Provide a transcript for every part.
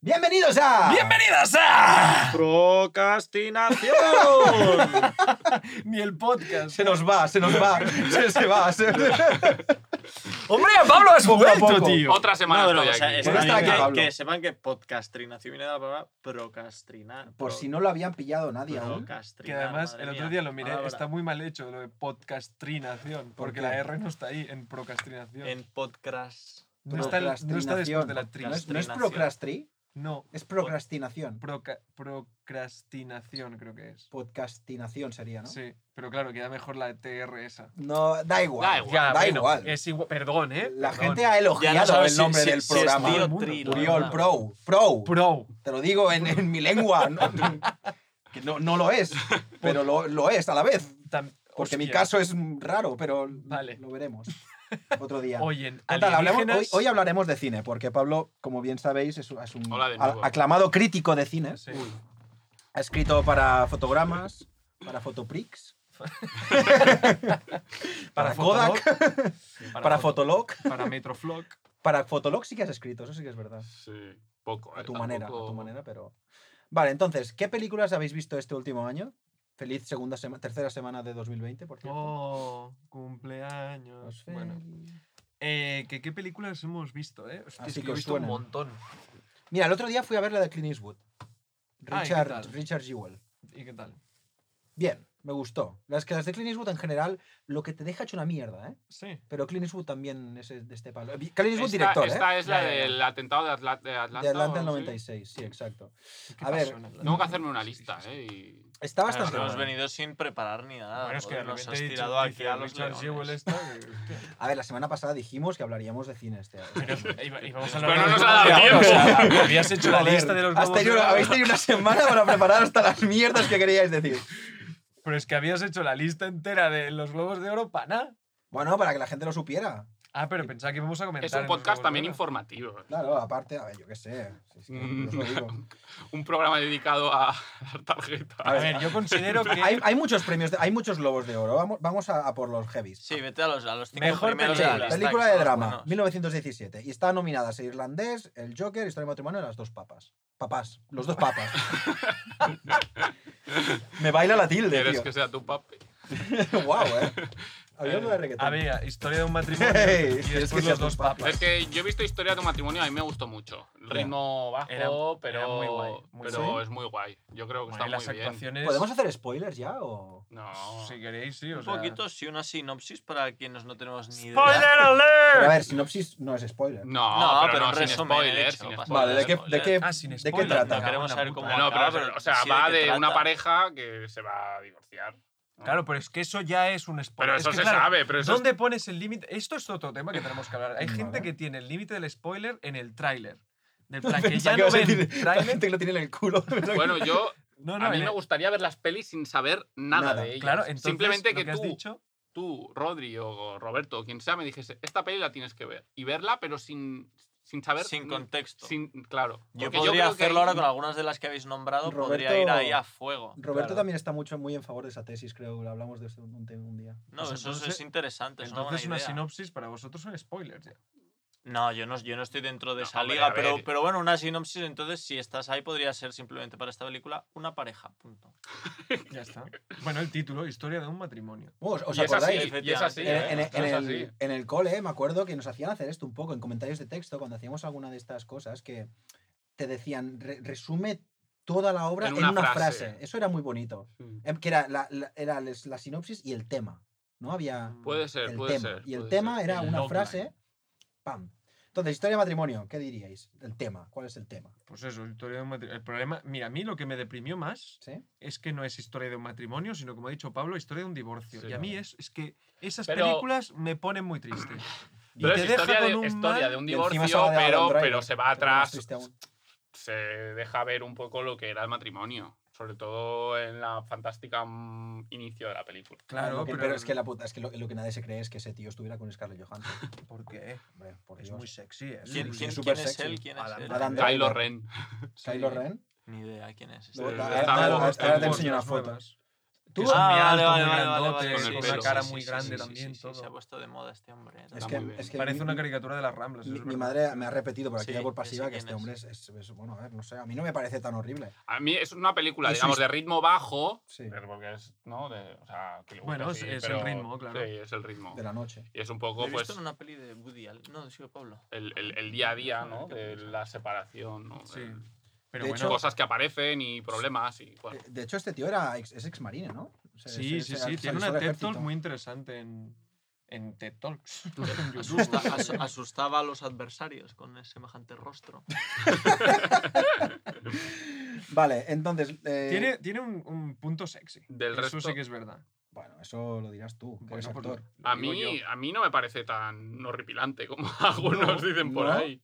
Bienvenidos a. ¡Bienvenidas a! Procrastinación. Ni el podcast. Se nos va, se nos va, se, se va. Se... ¡Hombre, Pablo, has Poco a vuelto, poco. tío! Otra semana no, no, estoy o sea, aquí. está Bueno, bien está aquí, que- Pablo. que, sepan que podcastrinación viene de la palabra procrastinar. Por si no lo habían pillado nadie aún. Procrastinar, Que además, madre el otro mía, día lo miré, palabra. está muy mal hecho lo de podcastrinación, porque qué? la R no está ahí, en procrastinación. En podcast. no, está, el- no está después de la No tri. es, no es Procrastinación. procrastri, No, es procrastinación. proca- procrastinación creo que es. Podcastinación sería, ¿no? Sí, pero claro, queda mejor la TR esa. No, da igual. Da igual. Ya, da igual. Es igual. Perdón, ¿eh? La Perdón. gente ha Ya no elogiado el sabes si- nombre si- del si es programa. tío Todo el tri, la mundo. Murió el verdad. pro, pro. Pro. Te lo digo en, en mi lengua. ¿no? que no, no lo es, pero lo, lo es a la vez. Tam- Porque mi Hostia. caso es raro, pero Vale. lo veremos otro día. Oye, en Total, hablemos- hoy, alienígenas- hoy hablaremos de cine, porque Pablo, como bien sabéis, es, es un Hola de a- nuevo. aclamado crítico de cine. Sí. Ha escrito para fotogramas, para Fotoprix, para, Fotolog. Kodak, para, Foto- Fotolog. Para Metroflog. Para Fotolog sí que has escrito, eso sí que es verdad. Sí, poco. A eh, tu tampoco- manera, a tu manera, pero... Vale, entonces, ¿qué películas habéis visto este último año? Feliz segunda sema- tercera semana de 2020, por cierto. Oh, cumpleaños. Los Bueno. feliz. Eh, ¿que ¿Qué películas hemos visto, eh? Hostia, Así es que que he os visto suenan. un montón. Mira, el otro día fui a ver la de Clint Eastwood. Ah, ¿y qué Richard, tal? Richard Jewell. ¿Y qué tal? Bien, me gustó. Las que las de Clint Eastwood en general, lo que te deja hecho una mierda, ¿eh? Sí. Pero Clint Eastwood también es de este palo. Vi- Clint Eastwood Esta, director, esta es la Ya, ya, ya. del atentado de, Atla- de Atlanta. ¿eh? De Atlanta del ¿o sí? 96, sí, exacto. ¿Qué A ver, pasó en Atlanta? Tengo que hacerme una lista, ¿eh? Y... Está Claro, bastante no hemos bueno. venido sin preparar ni nada. Bueno, es que joder, de nos repente has he dicho, este. tirado aquí dice, a los Richard Jewell leones. está, que- hostia. A ver, la semana pasada dijimos que hablaríamos de cine este año. Pero iba- íbamos a Pero hablar no de nos los ha dado gladiadores, tiempo. o sea, habías hecho la Joder, lista de los has globos de tenido- oro. Habéis tenido una semana para preparar hasta las mierdas que queríais decir. Pero es que habías hecho la lista entera de los globos de oro para nada. Bueno, para que la gente lo supiera. Ah, pero pensaba que íbamos a comentar. Es un en los podcast globos también de oro. informativo. eh. Claro, aparte, a ver, yo qué sé. si es que Mm. os lo digo. Un programa dedicado a las tarjetas. A ver, yo considero que. Hay, hay muchos premios, de- hay muchos globos de oro. Vamos, vamos a, a por los heavies. Sí, vete a los, a los cinco Mejor primeros película. de la lista, Película que de son los drama, buenos. 1917. Y está nominada a Irlandés, El Joker, Historia de Matrimonio y Las Dos Papas. Papás, los dos papas. Me baila la tilde, ¿Quieres tío. que sea tu papi? Guau, eh. Había una de reggaetón. Había historia de un matrimonio Hey, y es que después se los dos tumba. papas. Es que yo he visto Historia de tu matrimonio, a mí me gustó mucho. El Ritmo bajo, era pero, muy guay, muy pero guay. es muy guay. Yo creo que Bueno, y las está muy bien. actuaciones. ¿Podemos hacer spoilers ya o...? No. Si queréis, sí. O Un sea, poquito, sí, una sinopsis para quienes no tenemos ni idea. ¡Spoiler Pero a alert! ver, sinopsis no es spoiler. No, No, pero, pero no, en sin resumen, spoiler, hecho, sin pasa spoiler. Vale, ¿de qué, de qué- Ah, sin de qué spoiler, trata? me cago en Queremos la saber puta. cómo No, no, acaba, pero, pero o sea, sí, ¿de va qué de, una trata? pareja que se va a divorciar. Claro, pero es que eso ya es un spoiler. Pero Es eso que, se claro, sabe, pero eso es- ¿Dónde pones el límite? Esto es otro tema que tenemos que hablar. Hay gente Vale. que tiene el límite del spoiler en el tráiler. Del plan que Pensaba ya que no ibas a ven decir, la tráiler. gente que lo tiene en el culo. Bueno, yo No, no, a mí en me el- gustaría ver las pelis sin saber nada, Nada, de ellas. Claro, entonces, Simplemente lo que, has tú, dicho, tú, Rodri o Roberto o quien sea, me dijese, esta peli la tienes que ver. Y verla, pero sin, sin saber... Sin contexto. mm, sin- claro. Yo Porque podría creo que hacerlo hay- ahora con algunas de las que habéis nombrado, podría Roberto- ir ahí a fuego. Roberto Claro. también está mucho, muy en favor de esa tesis, creo. Hablamos de esto un, un día. No, Pues eso es- entonces- es interesante. es una buena Entonces, una idea. sinopsis para vosotros son spoilers. Ya. No, yo no, yo no estoy dentro de No, esa hombre, a liga, ver. pero, pero bueno, una sinopsis, entonces, si estás ahí, podría ser simplemente para esta película una pareja, punto. Ya está. Bueno, el título, Historia de un matrimonio. Oh, ¿Os, os Y es así, acordáis? y es así, En, ¿eh? en- Esto en es así. el, en el cole, eh, me acuerdo que nos hacían hacer esto un poco en comentarios de texto cuando hacíamos alguna de estas cosas que te decían, "Re- resume toda la obra en una, frase. Eso era muy bonito. Sí. Em, Que era la, la- era les- la sinopsis y el tema. ¿No? Había Puede ser, el Mm, eh, puede tema. ser. y el puede tema ser. era El una logline. frase. Pam. Entonces, historia de matrimonio, ¿qué diríais? El tema. ¿Cuál es el tema? Pues eso, Historia de un matrimonio. El problema, mira, a mí lo que me deprimió más ¿Sí? es que no es historia de un matrimonio, sino como ha dicho Pablo, historia de un divorcio. Sí, y a mí vale. es, es que esas Pero- películas me ponen muy triste. Y Pero te es deja historia, de, con un historia mal- de un y encima divorcio, se va de Adam pero, Driver, pero se va que era más atrás, triste aún. se deja ver un poco lo que era el matrimonio. Sobre todo en la fantástica mm, inicio de la película. Claro, Claro, que- pero, es que la puta, es que lo, lo que nadie se cree es que ese tío estuviera con Scarlett Johansson. ¿Por qué? Hombre, por Es Dios. muy sexy. ¿eh? Es ¿Quién, sí, quién- súper quién es sexy. él? ¿Quién es Adam él? Adam Driver. Kylo Ren. Kylo Ren. Ni idea quién es. este. Luego Sí. ta- Star ahora- Wars, ahora te Star Wars, enseño una foto. Que Tú- es muy Ah, vale, alto, vale, muy vale, vale, grandote, vale, con sí, una sí, cara sí, muy sí, grande sí, sí, también. sí, todo. se ha puesto de moda este hombre. Es Está que, muy bien. es que Parece mi- una caricatura de las Ramblas. eso Mi, es mi verdad. madre me ha repetido por aquí Sí, ya por ya sé pasiva que quién este es. hombre es, es- es- Bueno, a ver, no sé, a mí no me parece tan horrible. A mí es una película, Y su digamos, his- de ritmo bajo. Sí, pero Porque es, ¿no? De, o sea, que le gusta, Bueno, es- sí, es el pero- ritmo, claro. Sí, es el ritmo. de la noche. Y es un Lo poco, he pues, Eh, visto en una peli de Woody Allen. No, sigue Pablo. el, el- el día a día, ¿no? Sí. De la separación, ¿no? Sí. De- Pero De bueno, hecho- cosas que aparecen y problemas y bueno. De, de hecho, este tío era ex- es ex marine, ¿no? Se- sí, se- se- sí, sí. se Tiene alistó una al TED ejército. Talk muy interesante en, en TED Talks. Eh, en YouTube. Asusta- as- asustaba a los adversarios con ese semejante rostro. Vale, entonces. eh, Tiene, tiene un, un punto sexy. Del Eso resto- sí que es verdad. Bueno, eso lo dirás tú, que eres Bueno, pues, actor. lo A digo mí, yo. a mí no me parece tan horripilante como algunos dicen por no. ahí.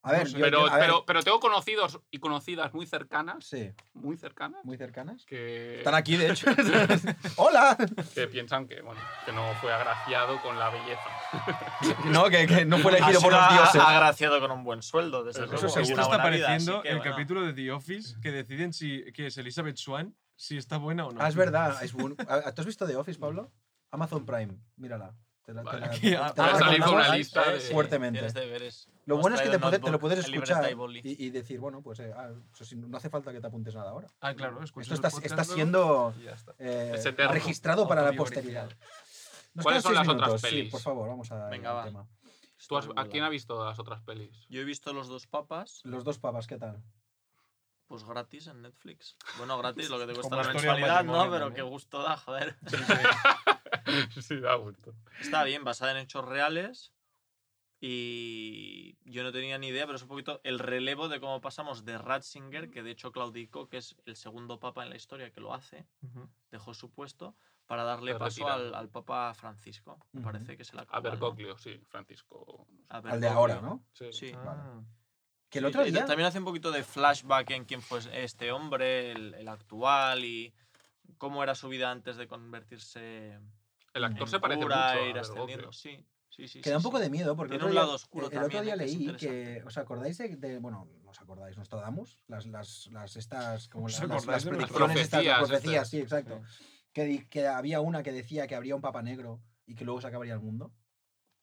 A ver, sé. yo- Pero, yo- a ver, pero, pero tengo conocidos y conocidas muy cercanas, Sí, muy cercanas, muy cercanas. que, Están aquí, de hecho. ¡Hola! que piensan que, bueno, que no fue agraciado con la belleza. No, que, que no fue Ha elegido por sido los a- dioses. agraciado con un buen sueldo, desde Eso luego. seguro. y Esto una está buena vida, apareciendo así que, el bueno. capítulo de The Office que deciden si que es Elizabeth Swan si está buena o no. Ah, es verdad. es un- a- ¿Tú has visto The Office, Pablo? Amazon Prime, mírala. Te la, te Vale. la- Aquí, te Ah, a- la a salir con recomendamos. una lista de- fuertemente. Tienes deberes. Lo Has bueno es que te, traído puede- te lo notebook, puedes libreta escuchar y boli. y, y decir, bueno, pues eh, ah, eso sí, no hace falta que te apuntes nada ahora. Ah, claro, escuchas Esto está, el podcast está luego siendo y ya está. eh, Pues Es eterno. registrado para la posteridad. Autobiográfico. Nos quedan ¿Cuáles son seis las otras minutos, Sí, pelis? por favor, vamos a Venga, al va. tema. ¿Tú has- ¿A quién ha visto las otras pelis? Yo he visto Los dos papas, Los dos papas, ¿qué tal? pues gratis en Netflix. Bueno, gratis, lo que te cuesta Como la historia de mensualidad, ¿no? matrimonio Pero qué también. gusto da, joder. sí, da gusto. Está bien, basada en hechos reales. Y yo no tenía ni idea, pero es un poquito el relevo de cómo pasamos de Ratzinger, que de hecho claudicó, que es el segundo papa en la historia que lo hace, Ujú. dejó su puesto, para darle Se paso retira. al, al papa Francisco. Me Ujú. parece que se la A ver, Coclio, sí, Francisco. Al de ahora, ¿no? Sí. Sí. Ah, Que el otro Sí, día... También hace un poquito de flashback en quién fue este hombre, el, el actual y cómo era su vida antes de convertirse El actor en se parece cura, mucho a ir Albert ascendiendo. Gottlieb. Sí, sí, sí. Que da un poco de miedo porque el Tiene otro un día- lado oscuro el- el otro también, día ¿eh? que es leí que, interesante. ¿os acordáis de, de- bueno, no os acordáis, Nostradamus? Las, las, las estas, como ¿Os la- las, acordáis las de las predicciones, estas, las profecías profecías, estas? sí, exacto. Que, di- que había una que decía que habría un papa negro y que luego se acabaría el mundo.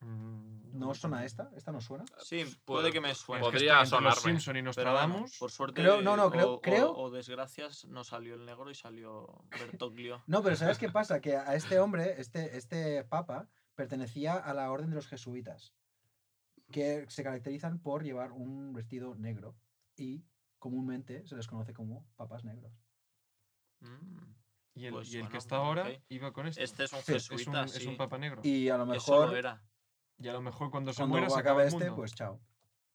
mm, ¿No os suena esta? ¿Esta no suena? Sí, Puede- puede que me Es que suene. podría estoy entre sonarme, Los Simpson y Pero bueno, Nostradamus. por suerte, Creo- no, no, creo- o, o- creo- o desgracias, no salió el negro y salió Bertoglio. No, pero ¿sabes qué pasa? Que a este hombre, este, este papa, pertenecía a la orden de los jesuitas, que se caracterizan por llevar un vestido negro y comúnmente se les conoce como papas negros. Mm. y el, pues, y el que bueno, está ahora ok. iba con este. Este es un Sí, es es jesuita, un, es sí. un papa negro. Y, Y a lo Eso lo mejor, era. a lo mejor cuando se cuando muera se acaba acabe el este, mundo. pues chao.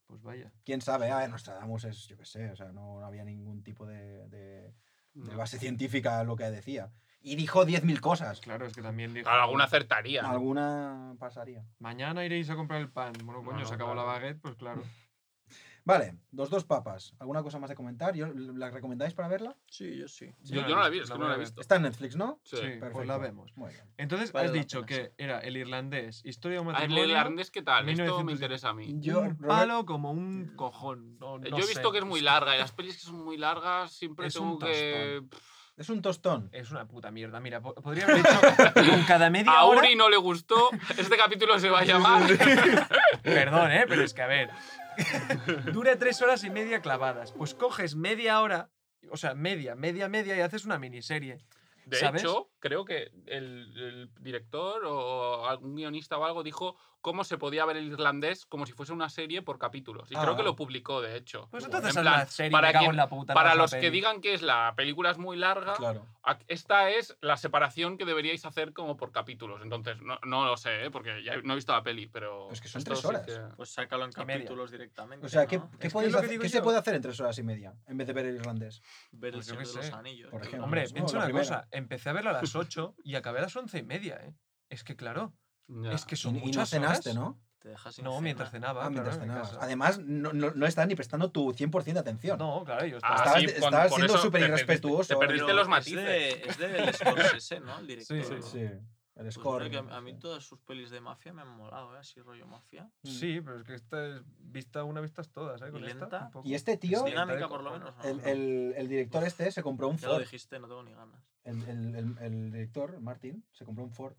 Pues vaya. quién sabe, ah, Nostradamus es, yo qué sé, o sea, no, no había ningún tipo de, de- de base científica a lo que decía. Y dijo 10.000 cosas. pues Claro, es que también dijo. Claro, alguna acertaría. ¿no? Alguna pasaría. Mañana iréis a comprar el pan. Bueno, coño, Bueno, se acabó la claro. baguette, pues claro. Vale, los dos papas. ¿Alguna cosa más de comentar? ¿Yo- ¿La recomendáis para verla? Sí, yo sí. Sí, Yo, yo no la vi, es que no voy la a he ver. visto. Está en Netflix, ¿no? Sí. Sí, pues la vemos. Muy bien. Entonces, Vale has la dicho pena, que era el irlandés, historia de un Ah, ¿El matrimonio. irlandés qué tal? Esto me 1900. interesa a mí. Yo, un Robert- palo como un cojón. No, Eh, no Yo he sé. visto que es muy larga y las pelis que son muy largas siempre Es tengo un que. Es un tostón. Es una puta mierda. Mira, po- podría haber hecho con cada media A hora. Uri no le gustó. Este capítulo se va a llamar. Perdón, ¿eh? Pero es que, a ver. Dura tres horas y media clavadas. Pues coges media hora, o sea, media, media, media, y haces una miniserie. De ¿Sabes? hecho, creo que el, el director o algún guionista o algo dijo cómo se podía ver el irlandés como si fuese una serie por capítulos. Y Ah. creo que lo publicó, de hecho. Pues En entonces haz plan, la serie, para me cago quien- en la puta. no para haz la los que peli. digan que es la película es muy Ah, larga, Claro. ac- esta es la separación que deberíais hacer como por capítulos. Entonces, no, no lo sé, ¿eh? porque ya no he visto la peli, pero... Es que son esto tres sí horas. que- Pues sácalo en Y media. capítulos directamente. O sea, ¿qué, ¿no? qué es lo podéis que hacer- digo qué se yo. puede hacer en tres horas y media en vez de ver el irlandés? Ver el Pues yo Señor qué de los sé, Anillos. por yo qué ejemplo. Hombre, No, piensa la una primera. cosa. Empecé a verla a las 8 y acabé a las 11 y media, ¿é? Es que, claro, Ya. es que Y, son y no muchas cenaste, horas. ¿no? sé, Te dejas sin No, cena. mientras cenaba. Ah, mientras claro, en mi cenabas. casa. Además, no, no, no estás ni prestando tu 100% de atención. No, claro, yo Ah, estaba... Estabas- sí, estabas con- por siendo eso súper te perdiste- irrespetuoso. Te perdiste Pero los es matices. de- Es del Scorsese, ¿no? El director. Sí, Sí. El Pues score. mira que ¿no? a, a mí todas sus pelis de mafia me han molado, ¿eh? Así rollo mafia. Mm. Sí, pero es que esta es vista una, vistas todas, ¿eh? Con ¿Y esta, lenta? un poco. Y este tío, Sí, Dinámica, tal por lo como- menos. ¿no? el, No. el- el director Uf. este se compró un Ya lo Ford. dijiste, no tengo ni ganas. El, el- el- el director, Martin, se compró un Ford.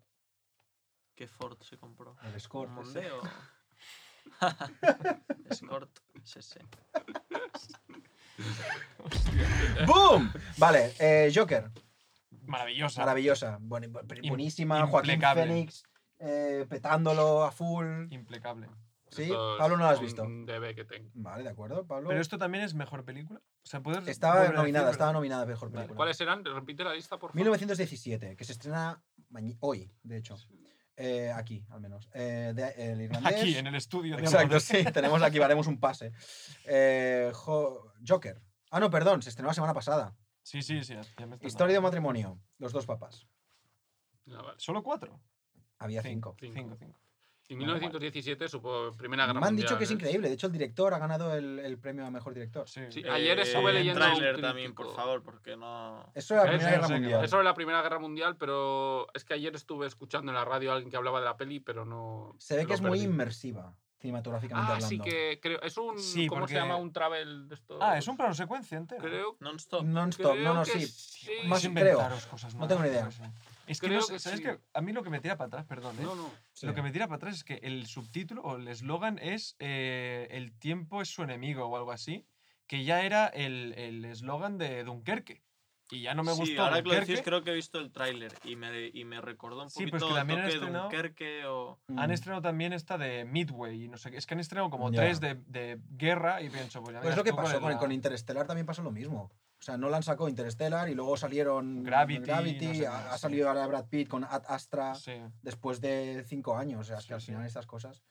¿Qué Ford se compró? El score. ¿Un ese. Mondeo? Escort SS. ¡Boom! Vale, eh, Joker. Maravillosa. Maravillosa. buen- buen- Im- buenísima. Joaquín impecable. Phoenix eh, petándolo a full. Impecable. Sí, Esto es Pablo no lo has un visto. debe que tengo. Vale, de acuerdo, Pablo. Pero esto también es mejor película. O sea, puedes. Estaba volver a decir, nominada, pero- estaba nominada a mejor Vale, película. ¿Cuáles eran? Repite la lista, por favor. 1917, que se estrena mañi- hoy, de hecho. Eh, aquí, al menos. Eh, de- el irlandés. Aquí, en el estudio. de Exacto, Amor. sí. Tenemos aquí, haremos un pase. Eh, Jo- Joker. Ah, no, perdón, se estrenó la semana pasada. Sí, sí, sí. ya me está Historia de un dando. matrimonio. Los dos papas. Ah, vale. ¿Solo cuatro? Había cinco. Cinco. Cinco, cinco. Y 1917, supongo, Primera Guerra Me han Mundial. dicho que es ¿eh? increíble. De hecho, el director ha ganado el, el premio a mejor director. Sí. Sí, eh, ayer estuve el leyendo un Eh, tráiler también, por crítico. favor, porque no. Eso era la Sí, Primera sí, Guerra sí, Mundial. Es sobre la Primera Guerra Mundial, pero es que ayer estuve escuchando en la radio a alguien que hablaba de la peli, pero no. Se ve lo que es muy perdí. inmersiva, cinematográficamente Ah, sí hablando. que creo. Es un. Sí, ¿Cómo porque- se llama? Un travel de estos. Ah, es un plano secuencia entero. Creo, Non-stop. Non-stop. No, creo no, que sí. sí. Podéis Más- creo. inventaros cosas No nuevas, tengo ni idea. sé. Es que, Creo no sé, que ¿sabes sí. qué? A mí lo que me tira para atrás, perdón, ¿eh? No, no. Sí. Lo que me tira para atrás es que el subtítulo o el eslogan es eh, El tiempo es su enemigo o algo así, que ya era el el eslogan de Dunkerque. Y ya no me sí, gustó ahora que lo decís, Dunkerque. creo que he visto el tráiler y me, y me recordó un Sí, poquito pero es que el también este, han toque de estrenado- Dunkerque o... Han Mm. estrenado también esta de Midway y no sé qué. Es que han estrenado como Ya. tres de, de guerra y pienso, pues ya Pues verás lo que tú cuál pasó es con, la- con Interstellar también pasó lo mismo. O sea, Nolan sacó Interstellar y luego salieron Gravity, no sé qué, ha, ha sí. salido ahora Brad Pitt con Ad Astra Sí. después de cinco años. O sea, es Sí, que al sí. final estas cosas.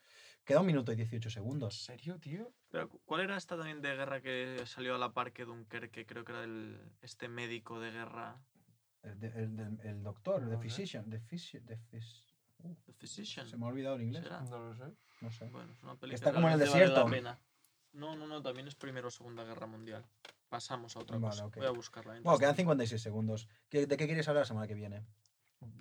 Queda un minuto y 18 ¿En segundos. serio, tío? Pero, cu- ¿Cuál era esta también de guerra que salió a la par que Dunkerque? Creo que era el, este médico de guerra. El, de- el de- el doctor, the No sé. physician, the physician, the phys- uh, The Physician. se me ha olvidado en inglés. ¿Será? No lo sé. No sé. Bueno, es una película. Está como en el desierto. No, no, no, también es Primero o Segunda Guerra Mundial. Pasamos a otra Vale, cosa. ok. Voy a buscarla. Bueno, mientras quedan tanto. 56 segundos. ¿Qué- ¿De qué quieres hablar la semana que viene?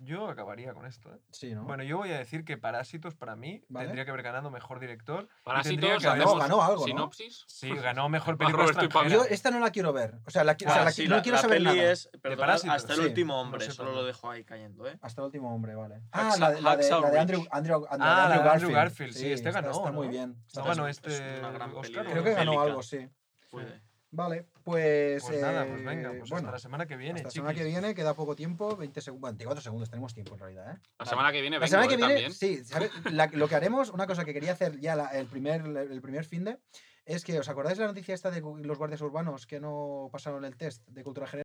Yo acabaría con esto, ¿eh? Sí, ¿no? Bueno, yo voy a decir que Parásitos para mí Vale. tendría que haber ganado mejor director. Pues tendría Parásitos, que haber- ganó, sabemos ganó algo, ¿no? Sinopsis. Sí, ganó mejor Vamos, película estoy pa- Yo extranjera. esta no la quiero ver. O sea, la, qui- o sea, Ah, la sí, qui- la- no quiero la saber peli nada. es- perdonad, Parásitos. hasta el Sí, último no hombre, sé solo por lo qué. dejo ahí cayendo, ¿eh? Hasta el último hombre, vale. Ah, Hacksaw- la de, la de, Hacksaw la de Ridge. Andrew, Andrew- Ah, Andrew- la de Andrew Andrew Garfield, sí, este está- ganó, Está ¿no? muy bien. No Está- Esta es- ganó es este una gran peli Oscar. de- Creo que ganó Bélica. algo, sí. Puede. Vale, pues. Pues nada, pues eh, venga, pues bueno, hasta la semana que viene, hasta la semana que chiquis. viene queda poco tiempo, 20 segundos, 24 segundos, tenemos tiempo en realidad. ¿eh? La Vale. semana que viene La vengo, semana que ¿eh? viene, también. sí, ¿sabes? La- lo que haremos, una cosa que quería hacer ya la- el primer, el primer fin de, es que, ¿os acordáis la noticia esta de gu- los guardias urbanos que no pasaron el test de cultura general?